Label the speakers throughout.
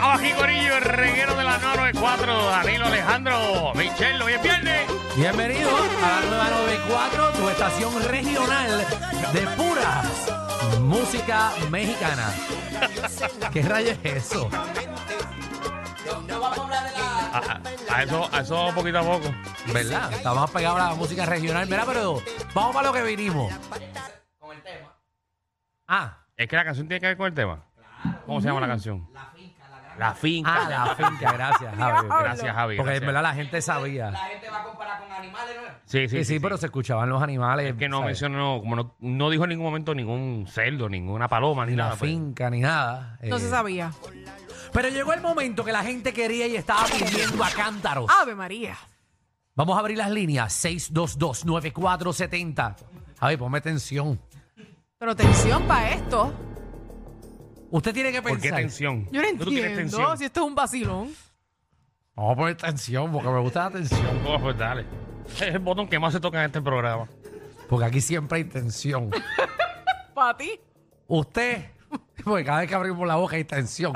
Speaker 1: Abají Corillo, el reguero de la 994, Danilo Alejandro, Michelle, hoy es viernes.
Speaker 2: Bienvenidos a la nueva 94, tu estación regional de pura música mexicana. ¿Qué rayos es eso?
Speaker 1: A, a eso, a eso poquito a poco.
Speaker 2: ¿Verdad? Estamos pegados a la música regional. Mira, pero vamos para lo que vinimos.
Speaker 3: con el tema.
Speaker 2: Ah,
Speaker 1: Es que la canción tiene que ver con el tema. ¿Cómo se llama la canción? La finca,
Speaker 2: ah
Speaker 1: la
Speaker 2: la finca, gracias, Javi.
Speaker 1: gran- Gracias, Javi.
Speaker 2: Porque en
Speaker 1: gracias.
Speaker 2: verdad la gente sabía.
Speaker 3: La gente va a comparar con animales, ¿no?
Speaker 1: Sí, sí,
Speaker 2: Sí, sí, pero se escuchaban los animales.
Speaker 1: Es que no
Speaker 2: ¿sabes?
Speaker 1: mencionó, como no, no dijo en ningún momento ningún cerdo, ninguna paloma, ni
Speaker 2: ni
Speaker 1: nada.
Speaker 2: la
Speaker 1: pues.
Speaker 2: finca, ni nada.
Speaker 4: No
Speaker 2: eh,
Speaker 4: se sabía.
Speaker 2: Pero llegó el momento que la gente quería y estaba pidiendo a cántaros.
Speaker 4: Ave María.
Speaker 2: Vamos a abrir las líneas 622-9470. Javi, ponme tensión.
Speaker 4: Pero tensión para esto.
Speaker 2: Usted tiene que
Speaker 1: ¿Por qué
Speaker 2: pensar.
Speaker 1: tensión?
Speaker 4: Yo no
Speaker 1: ¿Tú tienes
Speaker 4: entiendo
Speaker 1: tensión?
Speaker 4: si esto es un vacilón.
Speaker 2: Vamos a poner tensión porque me gusta la tensión.
Speaker 1: Oh, pues dale. Es el botón que más se toca en este programa.
Speaker 2: Porque aquí siempre hay tensión.
Speaker 4: Para ti.
Speaker 2: Usted, porque cada vez que abrimos la boca hay tensión.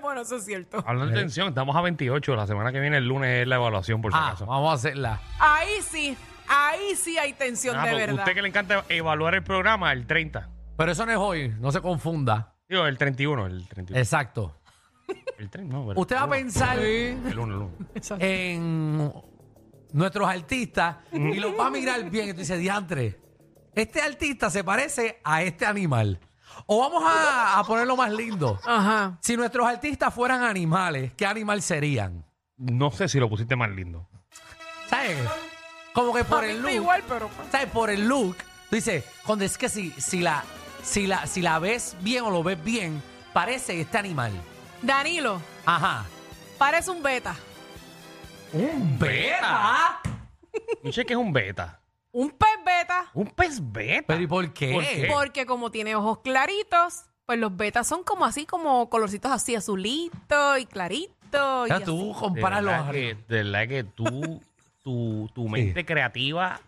Speaker 4: bueno, eso es cierto.
Speaker 1: Hablando de tensión, estamos a 28. La semana que viene, el lunes, es la evaluación, por si
Speaker 2: Ah,
Speaker 1: acaso.
Speaker 2: vamos a hacerla.
Speaker 4: Ahí sí. Ahí sí hay tensión
Speaker 1: Ah,
Speaker 4: de
Speaker 1: pues,
Speaker 4: verdad.
Speaker 1: Usted que le encanta evaluar el programa, el 30.
Speaker 2: Pero eso no es hoy, no se confunda.
Speaker 1: Digo, el 31, el 31.
Speaker 2: Exacto.
Speaker 1: El 30, no, pero-
Speaker 2: Eh, Usted va a pensar
Speaker 1: El 1, el 1.
Speaker 4: Exacto.
Speaker 2: en nuestros artistas y los va a mirar bien. Y tú dices, diantre, este artista se parece a este animal. O vamos a, a ponerlo más lindo.
Speaker 4: Ajá.
Speaker 2: Si nuestros artistas fueran animales, ¿qué animal serían?
Speaker 1: No sé si lo pusiste más lindo.
Speaker 2: ¿Sabes? Como que por
Speaker 4: A mí
Speaker 2: el
Speaker 4: me
Speaker 2: look.
Speaker 4: igual, pero.
Speaker 2: ¿Sabes? Por el look. Tú dices, cuando es que si, si, la, si, la, si la ves bien o lo ves bien, parece este animal.
Speaker 4: Danilo,
Speaker 2: Ajá.
Speaker 4: parece un beta.
Speaker 2: ¡Un
Speaker 1: beta? Michelle, que es un beta.
Speaker 4: Un pez beta.
Speaker 1: Un pez beta.
Speaker 2: ¿Pero y por qué?
Speaker 1: ¿Por qué?
Speaker 4: Porque como tiene ojos claritos, pues los betas son como así, como colorcitos así, azulitos y claritos. y
Speaker 2: Ya
Speaker 4: así.
Speaker 2: tú
Speaker 1: De
Speaker 2: comparas los
Speaker 1: verdad, que, de verdad que tú, tu, tu mente creativa.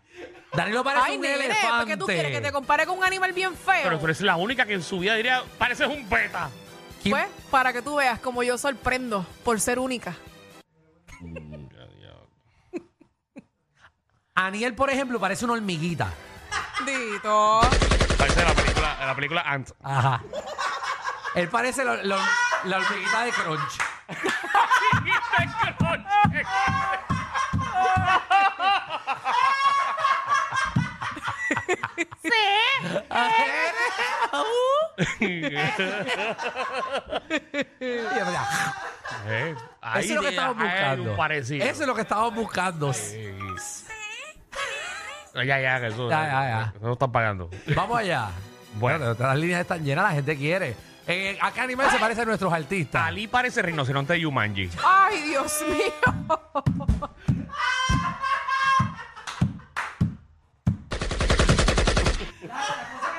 Speaker 2: Danilo parece
Speaker 4: Ay,
Speaker 2: un
Speaker 4: nene,
Speaker 2: elefante.
Speaker 4: ¿por qué tú quieres que te compare con un animal bien feo?
Speaker 1: Pero tú eres la única que en su vida diría, pareces un beta.
Speaker 2: ¿Quién-
Speaker 4: Pues, para que tú veas como yo sorprendo por ser única.
Speaker 2: Aniel, por ejemplo, parece una hormiguita.
Speaker 4: Dito.
Speaker 1: Parece la película, la película Ant.
Speaker 2: Ajá. Él parece la, la- la hormiguita de Crunch. Y es verdad,
Speaker 1: Eh, ahí
Speaker 2: Eso es lo que
Speaker 1: te-
Speaker 2: estamos
Speaker 1: ahí hay un
Speaker 2: buscando.
Speaker 1: parecido.
Speaker 2: Eso es lo que estamos buscando.
Speaker 1: Ya, ya, que eso,
Speaker 2: Ya, ya, ya.
Speaker 1: eso lo están pagando.
Speaker 2: Vamos allá.
Speaker 1: Bueno.
Speaker 2: Bueno, las líneas están llenas, la gente quiere. Eh, ¿A qué animal se parecen nuestros artistas?
Speaker 1: Ali parece rinoceronte de Yumanji.
Speaker 4: Ay, Dios mío.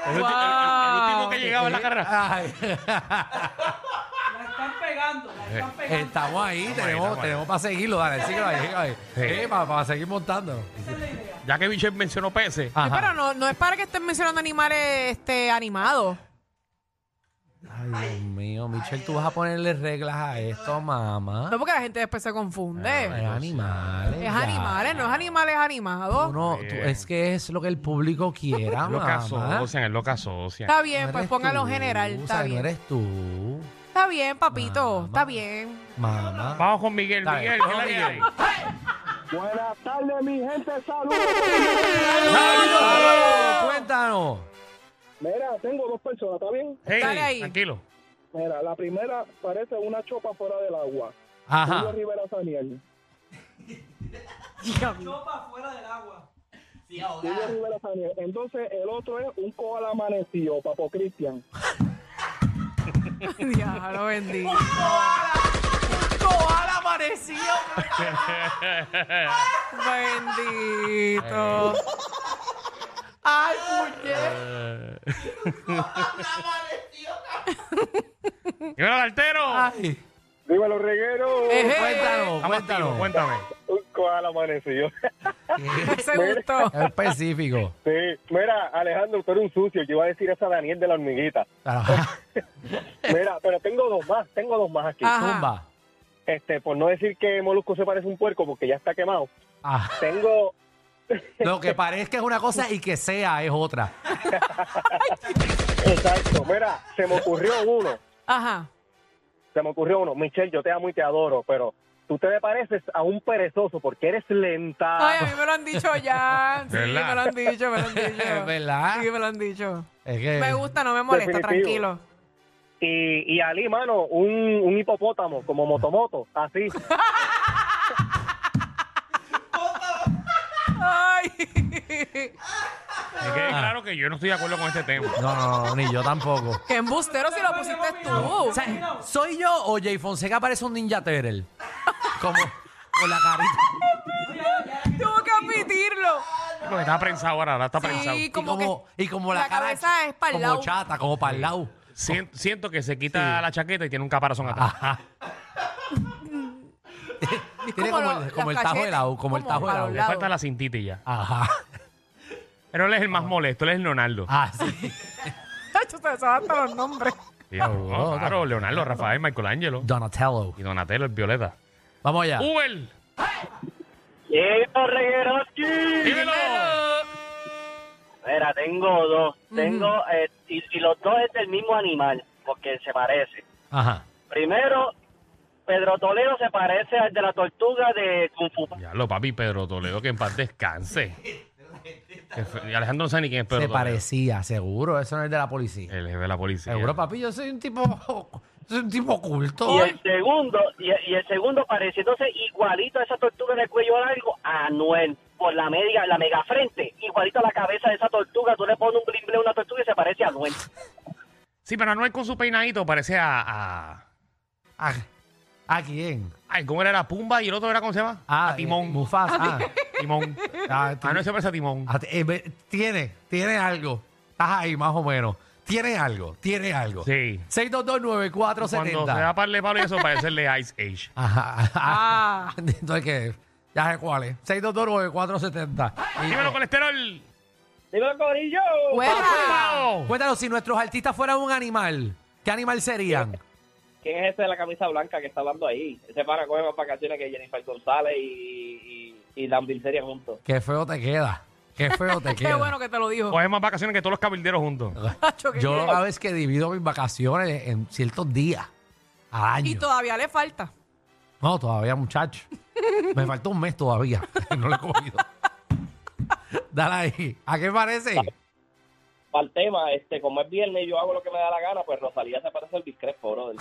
Speaker 1: El, ulti- el- el- el último que llegaba en la carrera.
Speaker 2: Ay,
Speaker 3: Están pegando, la
Speaker 2: Eh,
Speaker 3: están pegando.
Speaker 2: estamos ahí, tenemos,
Speaker 1: estamos ahí.
Speaker 2: tenemos para seguirlo, dale, síguelo ahí, síguelo ahí.
Speaker 1: Sí.
Speaker 2: Eh, para, para seguir montando.
Speaker 1: Ya que Michelle mencionó peces.
Speaker 2: Ajá.
Speaker 4: Pero no, no es para que estén mencionando animales este, animados.
Speaker 2: Ay, Dios mío, Michelle, tú vas a ponerle reglas a esto, mamá.
Speaker 4: No porque la gente después se confunde.
Speaker 2: Es animales.
Speaker 4: es
Speaker 2: Ah, ya.
Speaker 4: animales, no es animales animados.
Speaker 2: Uno, tú- es que es lo que el público quiera,
Speaker 1: Es lo que
Speaker 2: mamá.
Speaker 1: asocian, es lo que asocian.
Speaker 4: Está
Speaker 2: No
Speaker 4: bien, pues
Speaker 2: eres
Speaker 4: póngalo
Speaker 2: tú,
Speaker 4: general. Está
Speaker 2: ¿sabes? No
Speaker 4: bien.
Speaker 2: eres tú,
Speaker 4: Está bien, papito.
Speaker 2: Mamá.
Speaker 4: Está bien.
Speaker 2: mamá.
Speaker 1: Vamos con Miguel.
Speaker 2: Está
Speaker 1: Miguel,
Speaker 2: bien,
Speaker 1: ¿qué
Speaker 2: vamos,
Speaker 1: le hay?
Speaker 2: Miguel.
Speaker 5: Buenas tardes, mi gente, saludos.
Speaker 2: ¡Saludos! Cuéntanos.
Speaker 5: Mira, tengo dos personas, ¿está bien?
Speaker 1: Hey,
Speaker 4: Dale ahí.
Speaker 1: Tranquilo.
Speaker 5: Mira, la primera parece una chopa fuera del agua.
Speaker 2: Ajá.
Speaker 5: Julio Rivera Saniel. Julio Rivera Saniel. Entonces, el otro es un koala amanecido, Papo Cristian.
Speaker 4: Diablo bendito.
Speaker 2: ¡Koala apareció!
Speaker 4: Bendito.
Speaker 2: ¡Ay, puñet!
Speaker 1: Dímelo,
Speaker 4: Ah,
Speaker 1: Galtero.
Speaker 2: ¡Ay!
Speaker 5: Dímelo, reguero.
Speaker 4: Ejé.
Speaker 2: Cuéntanos,
Speaker 1: Estamos activos,
Speaker 2: cuéntanos.
Speaker 1: Cuéntame.
Speaker 5: Un koala amanecido.
Speaker 4: Se gustó.
Speaker 2: Es específico.
Speaker 5: Sí, mira, Alejandro, tú eres un sucio. Yo iba a decir esa Daniel de la hormiguita.
Speaker 2: Ajá.
Speaker 5: Mira, pero tengo dos más, tengo dos más
Speaker 2: Ah.
Speaker 5: aquí.
Speaker 4: Ajá.
Speaker 2: Tumba.
Speaker 5: Este, por no decir que Molusco se parece a un puerco porque ya está quemado.
Speaker 2: Ah,
Speaker 5: Tengo,
Speaker 2: Lo que parezca es una cosa y que sea es otra.
Speaker 5: exacto, mira, se me ocurrió uno,
Speaker 4: Ajá.
Speaker 5: se me ocurrió uno. Michelle, yo te amo y te adoro, pero tú te me pareces a un perezoso porque eres lenta.
Speaker 4: Ay, a mí me lo han dicho ya. Sí, me lo
Speaker 1: ¿Verdad?
Speaker 4: han dicho, me lo han dicho.
Speaker 2: Es verdad. Eh.
Speaker 4: Sí, me lo han dicho.
Speaker 2: Es que
Speaker 4: Me gusta, no me molesta,
Speaker 5: Definitivo.
Speaker 4: tranquilo.
Speaker 5: Y, y Ali, mano, un, un hipopótamo como motomoto, así.
Speaker 4: Ay.
Speaker 1: Es que
Speaker 2: Ah.
Speaker 1: claro que yo no estoy de acuerdo con este tema.
Speaker 2: No, no, no, ni yo tampoco.
Speaker 4: Qué embustero si lo pusiste tú.
Speaker 2: O sea, ¿soy yo o Jay Fonseca parece un ninja Turtle? Como con la carita.
Speaker 4: Tuvo que admitirlo.
Speaker 1: Porque está prensado ahora, ahora está prensado.
Speaker 4: Sí,
Speaker 2: Y
Speaker 4: como,
Speaker 2: como,
Speaker 4: que
Speaker 2: y como la,
Speaker 4: la
Speaker 2: cara
Speaker 4: cabeza es pa'l lado.
Speaker 2: Como chata, como para el lado.
Speaker 1: Sien- siento que se quita la chaqueta y tiene un caparazón atrás.
Speaker 4: Ah.
Speaker 2: Ajá. Tiene
Speaker 4: como
Speaker 2: como,
Speaker 4: lo-
Speaker 2: el, como
Speaker 4: los
Speaker 2: el tajo
Speaker 4: cachetes,
Speaker 2: de lado, como el
Speaker 4: como
Speaker 2: tajo de
Speaker 4: para
Speaker 2: lado.
Speaker 4: los
Speaker 1: Le
Speaker 4: lados.
Speaker 1: falta la cintita y ya.
Speaker 2: Ajá.
Speaker 1: Pero él es el más molesto, él es Leonardo.
Speaker 2: Ah, sí.
Speaker 4: Chacho, ustedes saben hasta los nombres.
Speaker 1: Sí, no,
Speaker 2: otra.
Speaker 1: Oh, claro, Leonardo, Rafael, Michelangelo
Speaker 2: Donatello.
Speaker 1: y Donatello, el Violeta.
Speaker 2: Vamos allá.
Speaker 1: Uber,
Speaker 5: ¡Llega reguero aquí!
Speaker 1: dímelo.
Speaker 5: Mira, tengo dos. Tengo, eh, y, y los dos es del mismo animal, porque se parece.
Speaker 2: Ajá.
Speaker 5: Primero, Pedro Toledo se parece al de la tortuga de Kung Fu Panda.
Speaker 1: Ya lo papi Pedro Toledo, que en paz descanse. Que fue- y Alejandro no sabe ni quién es Pedro
Speaker 2: Se
Speaker 1: Toledo.
Speaker 2: parecía, seguro. Eso no es de la policía.
Speaker 1: El jefe de la policía.
Speaker 2: Seguro, papi, yo soy un tipo. Soy un tipo oculto.
Speaker 5: Y el segundo, y, y el segundo pareciéndose igualito a esa tortuga en el cuello largo, a Anuel, por la media, la mega frente, igualito a la cabeza de esa tortuga, tú le pones un blimble a una tortuga y se parece a Anuel.
Speaker 1: Sí, pero Anuel con su peinadito parece a, a-
Speaker 2: ¿A, a quién?
Speaker 1: Ay, ¿cómo era la Pumba? Y el otro era, ¿cómo se llama? a
Speaker 2: eh,
Speaker 1: Timón.
Speaker 2: Mufasa. Ah,
Speaker 1: Timón.
Speaker 2: ah, ti-
Speaker 1: Anuel se parece a Timón.
Speaker 2: a ti- eh, ve- tiene, tiene algo. Estás ahí, más o menos. Tiene algo, tiene algo.
Speaker 1: Sí. Cuando se
Speaker 2: 6229470.
Speaker 1: da parle palo y eso parecerle a Ice Age.
Speaker 2: Ajá, ajá.
Speaker 4: Ah.
Speaker 2: Entonces, ¿qué? Ya sé cuál es. 6229470. Y,
Speaker 1: Dímelo,
Speaker 2: eh,
Speaker 1: colesterol.
Speaker 5: ¡Dímelo, Corillo!
Speaker 4: Hueva.
Speaker 1: ¡Vamos!
Speaker 2: eh, Cuéntanos, si nuestros artistas fueran un animal, ¿qué animal serían?
Speaker 5: ¿Quién es ese de la camisa blanca que está hablando ahí? Ese para coger más vacaciones que Jennifer González y, y, y la Seria juntos.
Speaker 2: Qué feo te queda. Qué feo te queda.
Speaker 4: Qué bueno que te lo dijo.
Speaker 1: Coge más vacaciones que todos los cabilderos juntos.
Speaker 4: Chacho, qué
Speaker 2: Yo
Speaker 4: bien.
Speaker 2: cada vez que divido mis vacaciones en ciertos días al año.
Speaker 4: Y todavía le falta.
Speaker 2: No, todavía, muchacho. Me faltó un mes todavía. No lo he cogido. Dale ahí. ¿A qué parece?
Speaker 5: Para el tema, este, como es viernes y yo hago lo que me da la gana, pues Rosalía se parece al discrepo, brother.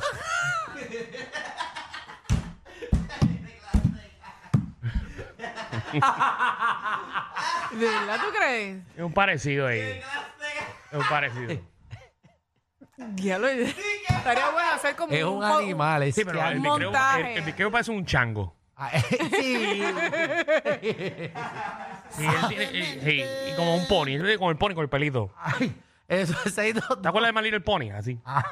Speaker 4: ¿De verdad tú crees?
Speaker 1: Es un parecido ahí. Es un parecido.
Speaker 4: Diablo, Estaría bueno hacer como
Speaker 2: Es un
Speaker 4: co-
Speaker 2: animal. Es
Speaker 1: Sí, pero
Speaker 2: que
Speaker 1: el
Speaker 2: hay-
Speaker 4: Mon-
Speaker 1: micreo, el,
Speaker 4: montaje.
Speaker 1: el micreo parece un chango.
Speaker 2: Ah, sí.
Speaker 1: Sí, él tiene- eh, sí, y como un pony, él viene con el pony, con el pelito.
Speaker 2: Ay, eso es Ah.
Speaker 1: ¿Te acuerdas de My Little Pony? Así. Ah.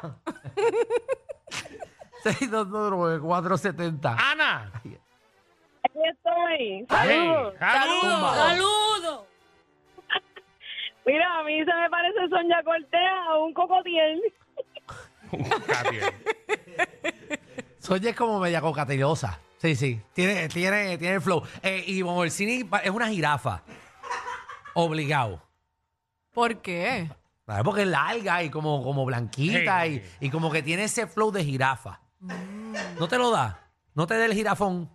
Speaker 2: 6229470.
Speaker 1: ¡Ana!
Speaker 6: Aquí
Speaker 1: ¡Hey!
Speaker 6: estoy. Saludos.
Speaker 1: ¡Saludos!
Speaker 6: Saludos. Mira, a mí se me parece Sonia Cortés a un cocotiel.
Speaker 1: Catiel.
Speaker 2: Soy es como media cocatelosa. Sí, sí. Tiene, tiene, tiene el flow. Eh, y Bon Orsini pa- es una jirafa. Obligado.
Speaker 4: ¿Por qué?
Speaker 2: ¿Sabes? Porque es larga y como, como blanquita y, y como que tiene ese flow de jirafa. ¿No te lo da? ¿No te da el jirafón?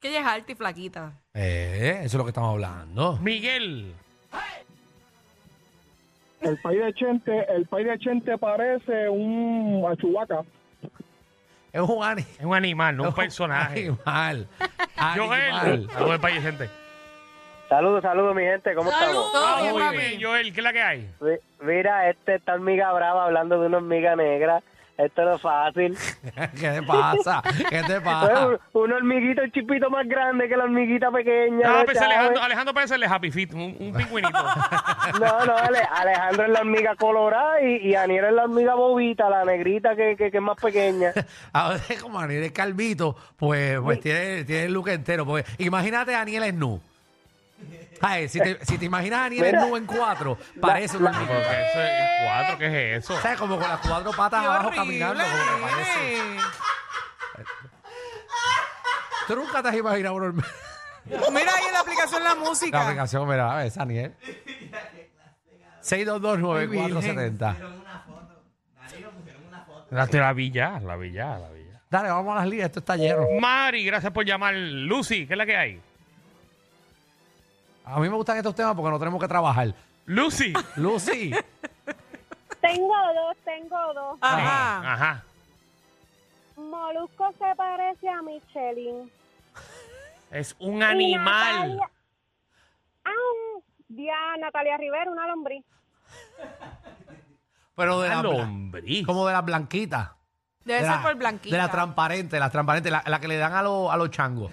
Speaker 4: Que ella es alta y flaquita.
Speaker 2: Eh, eso es lo que estamos hablando.
Speaker 1: Miguel.
Speaker 5: El país de Chente, el país de Chente parece un achuaca.
Speaker 2: Es un ani-
Speaker 1: Es un animal, no
Speaker 2: es
Speaker 1: un personaje.
Speaker 2: Animal.
Speaker 1: Joel.
Speaker 2: Animal.
Speaker 1: Saludos, país, gente.
Speaker 5: Saludos, saludos, mi gente, ¿cómo estamos?
Speaker 4: Todo bien,
Speaker 1: muy
Speaker 4: papi.
Speaker 1: bien, Joel. ¿Qué es la que hay?
Speaker 5: Mi- Mira, este está hormiga brava hablando de una hormiga negra. Esto no es fácil.
Speaker 2: ¿Qué te pasa? ¿Qué te
Speaker 5: Pues,
Speaker 2: pasa?
Speaker 5: un- una hormiguita, un chipito más grande que la hormiguita pequeña.
Speaker 1: Ah,
Speaker 5: ¿no
Speaker 1: pues
Speaker 5: sabes?
Speaker 1: Alejandro, Alejandro parece el de Happy Feet, un, un pingüinito.
Speaker 5: No, no, Ale- Alejandro es la hormiga colorada y, y Aniel es la hormiga bobita, la negrita que, que, que es más pequeña.
Speaker 2: Ahora es como Aniel es calvito, pues, pues tiene, tiene el look entero. Porque imagínate a Aniel nu. Ay, si, te, si te imaginas a Aniel en en cuatro, parece un
Speaker 1: Porque
Speaker 2: ángel.
Speaker 1: eso es cuatro, ¿qué es eso?
Speaker 2: O sea, como con las cuatro patas
Speaker 4: Qué
Speaker 2: abajo
Speaker 4: horrible.
Speaker 2: caminando, como que parece. Tú nunca te has imaginado un hormiga.
Speaker 4: Mira ahí en la aplicación la
Speaker 2: La
Speaker 4: música.
Speaker 2: aplicación, mira, a ver, es Aniel. 6229470.
Speaker 1: La, te la vi ya, la vi ya, la vi ya.
Speaker 2: Dale, vamos a las líneas, esto está lleno.
Speaker 1: Mari, gracias por llamar. Lucy, ¿qué es la que hay?
Speaker 2: A mí me gustan estos temas porque no tenemos que trabajar.
Speaker 1: Lucy.
Speaker 2: Lucy,
Speaker 6: Tengo dos, tengo dos.
Speaker 4: Ajá.
Speaker 1: Ajá.
Speaker 6: Molusco se parece a Michelin.
Speaker 1: Es un
Speaker 6: Y
Speaker 1: animal.
Speaker 6: Natalia- Ah, ya, Natalia Rivera, una lombriz.
Speaker 2: pero de
Speaker 1: Una
Speaker 2: la blan-
Speaker 1: lombriz.
Speaker 2: como de las blanquitas.
Speaker 4: Debe
Speaker 2: De
Speaker 4: ser
Speaker 2: la-
Speaker 4: por blanquita.
Speaker 2: De la transparente, la transparente, la, la que le dan a, los- a los changos.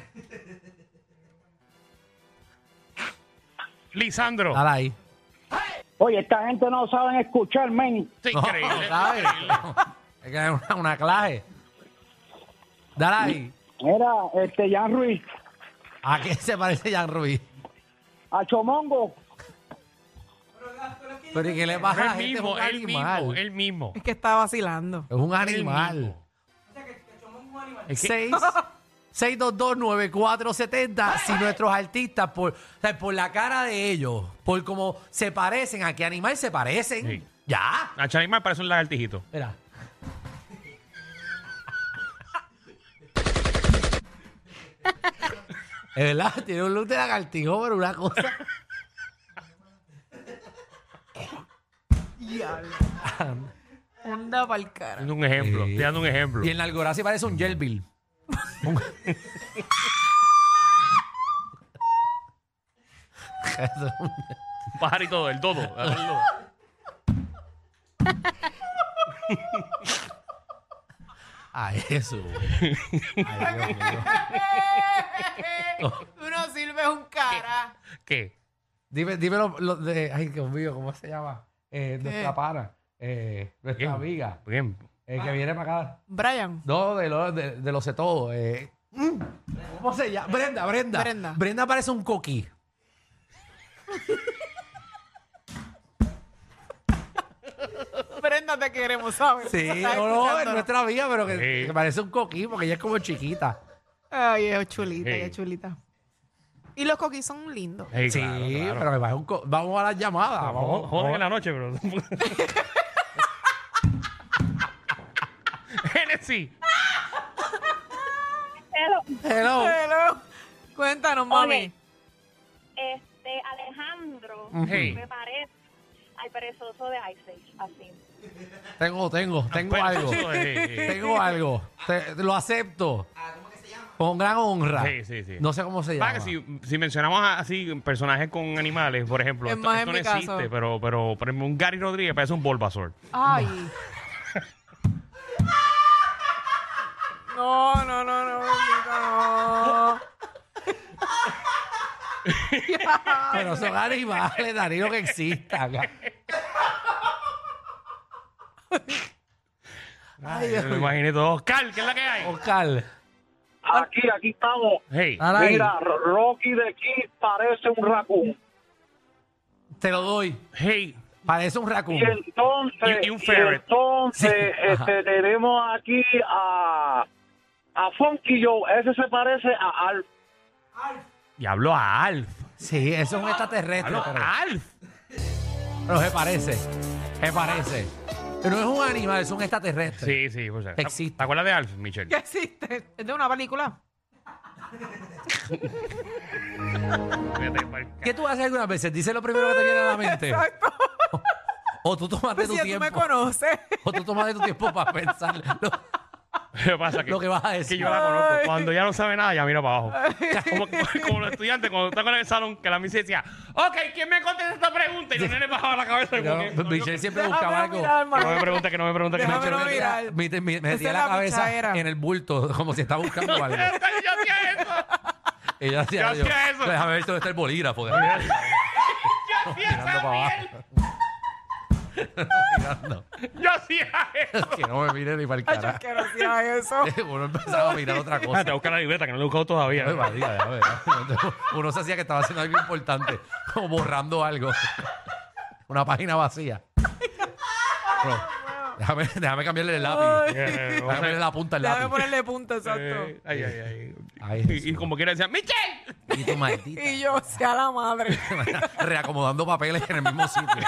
Speaker 1: Lisandro.
Speaker 2: Dale ahí.
Speaker 7: Oye, esta gente no saben escuchar, men.
Speaker 1: Sí,
Speaker 2: No,
Speaker 1: increíble.
Speaker 2: ¿sabes?
Speaker 1: increíble.
Speaker 2: Es que es una, una clase. Dale ahí.
Speaker 7: Era, este, Jan Ruiz,
Speaker 2: ¿A qué se parece Jan Ruiz?
Speaker 7: a Chomongo.
Speaker 2: Pero ¿y qué le
Speaker 1: Pero
Speaker 2: pasa a la
Speaker 1: él
Speaker 2: gente?
Speaker 1: mismo,
Speaker 2: es un
Speaker 1: él mismo,
Speaker 2: animal.
Speaker 1: él mismo.
Speaker 4: Es que está vacilando.
Speaker 2: Es un
Speaker 1: Él
Speaker 2: animal.
Speaker 1: mismo.
Speaker 2: 6 6229470 si nuestros artistas por, o sea, por la cara de ellos, por cómo se parecen, a qué animal se parecen.
Speaker 1: Sí.
Speaker 2: Ya.
Speaker 1: A Charimar parece un lagartijito.
Speaker 2: Mira. Es verdad, tiene un look de lagartijo, pero una cosa.
Speaker 4: Anda pa'l cara.
Speaker 1: Dando un ejemplo,
Speaker 2: Sí.
Speaker 1: estoy dando un ejemplo.
Speaker 2: Y en la algoracia parece un Jelbil.
Speaker 1: Un pajarito del todo.
Speaker 2: Ay, Jesús. Ay, Dios mío.
Speaker 4: Tú no sirves un cara.
Speaker 1: ¿Qué?
Speaker 2: Dime, dime lo, lo de. Ay, Dios mío, ¿cómo se llama? Eh, nuestra pana. eh, nuestra
Speaker 1: ¿Quién?
Speaker 2: amiga.
Speaker 1: Bien.
Speaker 2: eh, que viene para acá.
Speaker 4: Brian.
Speaker 2: No, de lo, de, de lo sé todo. eh. Mm. ¿Cómo se llama? Brenda, Brenda.
Speaker 4: Brenda.
Speaker 2: parece un coquí.
Speaker 4: Brenda, te queremos, ¿sabes?
Speaker 2: Sí,
Speaker 4: Estás
Speaker 2: no, no, es
Speaker 4: escuchándonos.
Speaker 2: nuestra amiga, pero que,
Speaker 1: Sí.
Speaker 2: que parece un coquí porque ella es como chiquita.
Speaker 4: Ay, es chulita,
Speaker 1: Hey.
Speaker 4: qué chulita. Y los coquis son lindos.
Speaker 1: Sí,
Speaker 2: Sí,
Speaker 1: claro, claro.
Speaker 2: pero que parece un co- Vamos a las llamadas.
Speaker 1: Joder,
Speaker 2: Vamos,
Speaker 1: joder en
Speaker 2: vamos.
Speaker 1: la noche, pero. Genesis.
Speaker 6: Pero,
Speaker 2: Hello.
Speaker 4: Hello. Cuéntanos, mami.
Speaker 6: este, Alejandro,
Speaker 1: Hey.
Speaker 6: me parece al perezoso de Ice Age, así.
Speaker 2: Tengo, tengo, tengo
Speaker 1: Pues,
Speaker 2: algo.
Speaker 1: eh,
Speaker 2: Tengo algo. Te- lo acepto. Con gran honra.
Speaker 1: Sí, sí, sí.
Speaker 2: No sé cómo se llama.
Speaker 1: Va, que si, si mencionamos a- así personajes con animales, por ejemplo,
Speaker 4: Es
Speaker 1: esto,
Speaker 4: más
Speaker 1: esto
Speaker 4: en
Speaker 1: no
Speaker 4: mi caso.
Speaker 1: existe, pero, pero por ejemplo, un Gary Rodríguez parece un Bulbasaur.
Speaker 4: Ay. No, no, no, no, bendito, no.
Speaker 2: Pero son animales, Danilo, que existan. Ay, Dios
Speaker 1: Me lo
Speaker 2: mío.
Speaker 1: imaginé todo. Oscar, ¿qué es la que hay?
Speaker 2: Oscar.
Speaker 7: Aquí, aquí estamos.
Speaker 1: Hey,
Speaker 2: dale ahí.
Speaker 7: Mira, Rocky de Kid parece un raccoon.
Speaker 2: Te lo doy.
Speaker 1: hey.
Speaker 2: Parece un raccoon.
Speaker 7: Y entonces,
Speaker 1: Y- y un
Speaker 7: y
Speaker 1: ferret.
Speaker 7: entonces
Speaker 2: Sí,
Speaker 7: este, tenemos aquí a, a Funky Joe. Ese se parece a Alf.
Speaker 1: Y habló a Alf.
Speaker 2: Sí, eso es un extraterrestre.
Speaker 1: Habló
Speaker 2: Pero,
Speaker 1: a Alf.
Speaker 2: pero se parece. Se parece. Pero no es un animal, es un extraterrestre.
Speaker 1: Sí, sí, pues.
Speaker 2: Existe.
Speaker 1: ¿Te acuerdas de Alf, Michelle?
Speaker 4: ¿Qué existe? ¿Es de una película?
Speaker 1: Vete pa'l ca-
Speaker 2: ¿Qué tú haces algunas veces? Dice lo primero que te viene a la mente.
Speaker 4: Exacto.
Speaker 2: O tú tomas de
Speaker 4: Pues
Speaker 2: tu
Speaker 4: si ya tú me
Speaker 2: tiempo.
Speaker 4: conoces.
Speaker 2: O tú tomas de tu tiempo para pensar. lo-
Speaker 1: ¿Qué pasa? Que,
Speaker 2: Lo que vas a
Speaker 1: es que
Speaker 2: decir.
Speaker 1: yo la conozco.
Speaker 4: Ay.
Speaker 1: Cuando ya no sabe nada, ya mira para abajo. Como, como los estudiantes, cuando están con el salón, que la misa decía, ok, ¿quién me contesta esta pregunta? Y los nenes bajaban la cabeza. como que,
Speaker 2: No,
Speaker 1: no, yo-
Speaker 2: Michelle siempre buscaba
Speaker 4: Déjame
Speaker 2: algo.
Speaker 4: mirar,
Speaker 1: que no
Speaker 4: mami.
Speaker 1: me pregunte, que no me pregunte, que no me
Speaker 4: Déjame
Speaker 1: pregunte.
Speaker 4: no mirar.
Speaker 2: Me, me- me metía
Speaker 4: es
Speaker 2: la
Speaker 4: la
Speaker 2: cabeza
Speaker 4: pichadera.
Speaker 2: en el bulto, como si estaba buscando algo.
Speaker 1: Yo hacía eso.
Speaker 2: Ella
Speaker 1: Yo
Speaker 2: hacía,
Speaker 1: hacía eso.
Speaker 2: Déjame ver dónde está el bolígrafo. déjame ver".
Speaker 1: Yo hacía
Speaker 2: Mirando
Speaker 1: esa
Speaker 2: para
Speaker 1: miel.
Speaker 2: abajo. mirando.
Speaker 1: Yo hacía eso.
Speaker 2: Que no me mire ni para el
Speaker 4: Ay, yo
Speaker 2: carajo.
Speaker 4: quiero decir eso.
Speaker 2: Uno empezaba a mirar otra
Speaker 1: Ah,
Speaker 2: cosa.
Speaker 1: te voy a buscar la libreta que no la he buscado todavía.
Speaker 2: Ay, María, ya ves. Uno se hacía que estaba haciendo algo importante, como borrando algo. Una página vacía. Bueno, déjame, déjame cambiarle el lápiz.
Speaker 1: Eh,
Speaker 2: Déjame
Speaker 1: o sea,
Speaker 2: ponerle la punta al
Speaker 4: Déjame
Speaker 2: lápiz.
Speaker 4: ponerle punta, exacto.
Speaker 1: eh, ay, ay, ay.
Speaker 2: Ay,
Speaker 1: y, y
Speaker 2: Jesús.
Speaker 1: como quiera decía, ¡Michelle!
Speaker 2: Y tu maldita.
Speaker 4: Y yo, sea la madre.
Speaker 2: Reacomodando papeles en el mismo sitio.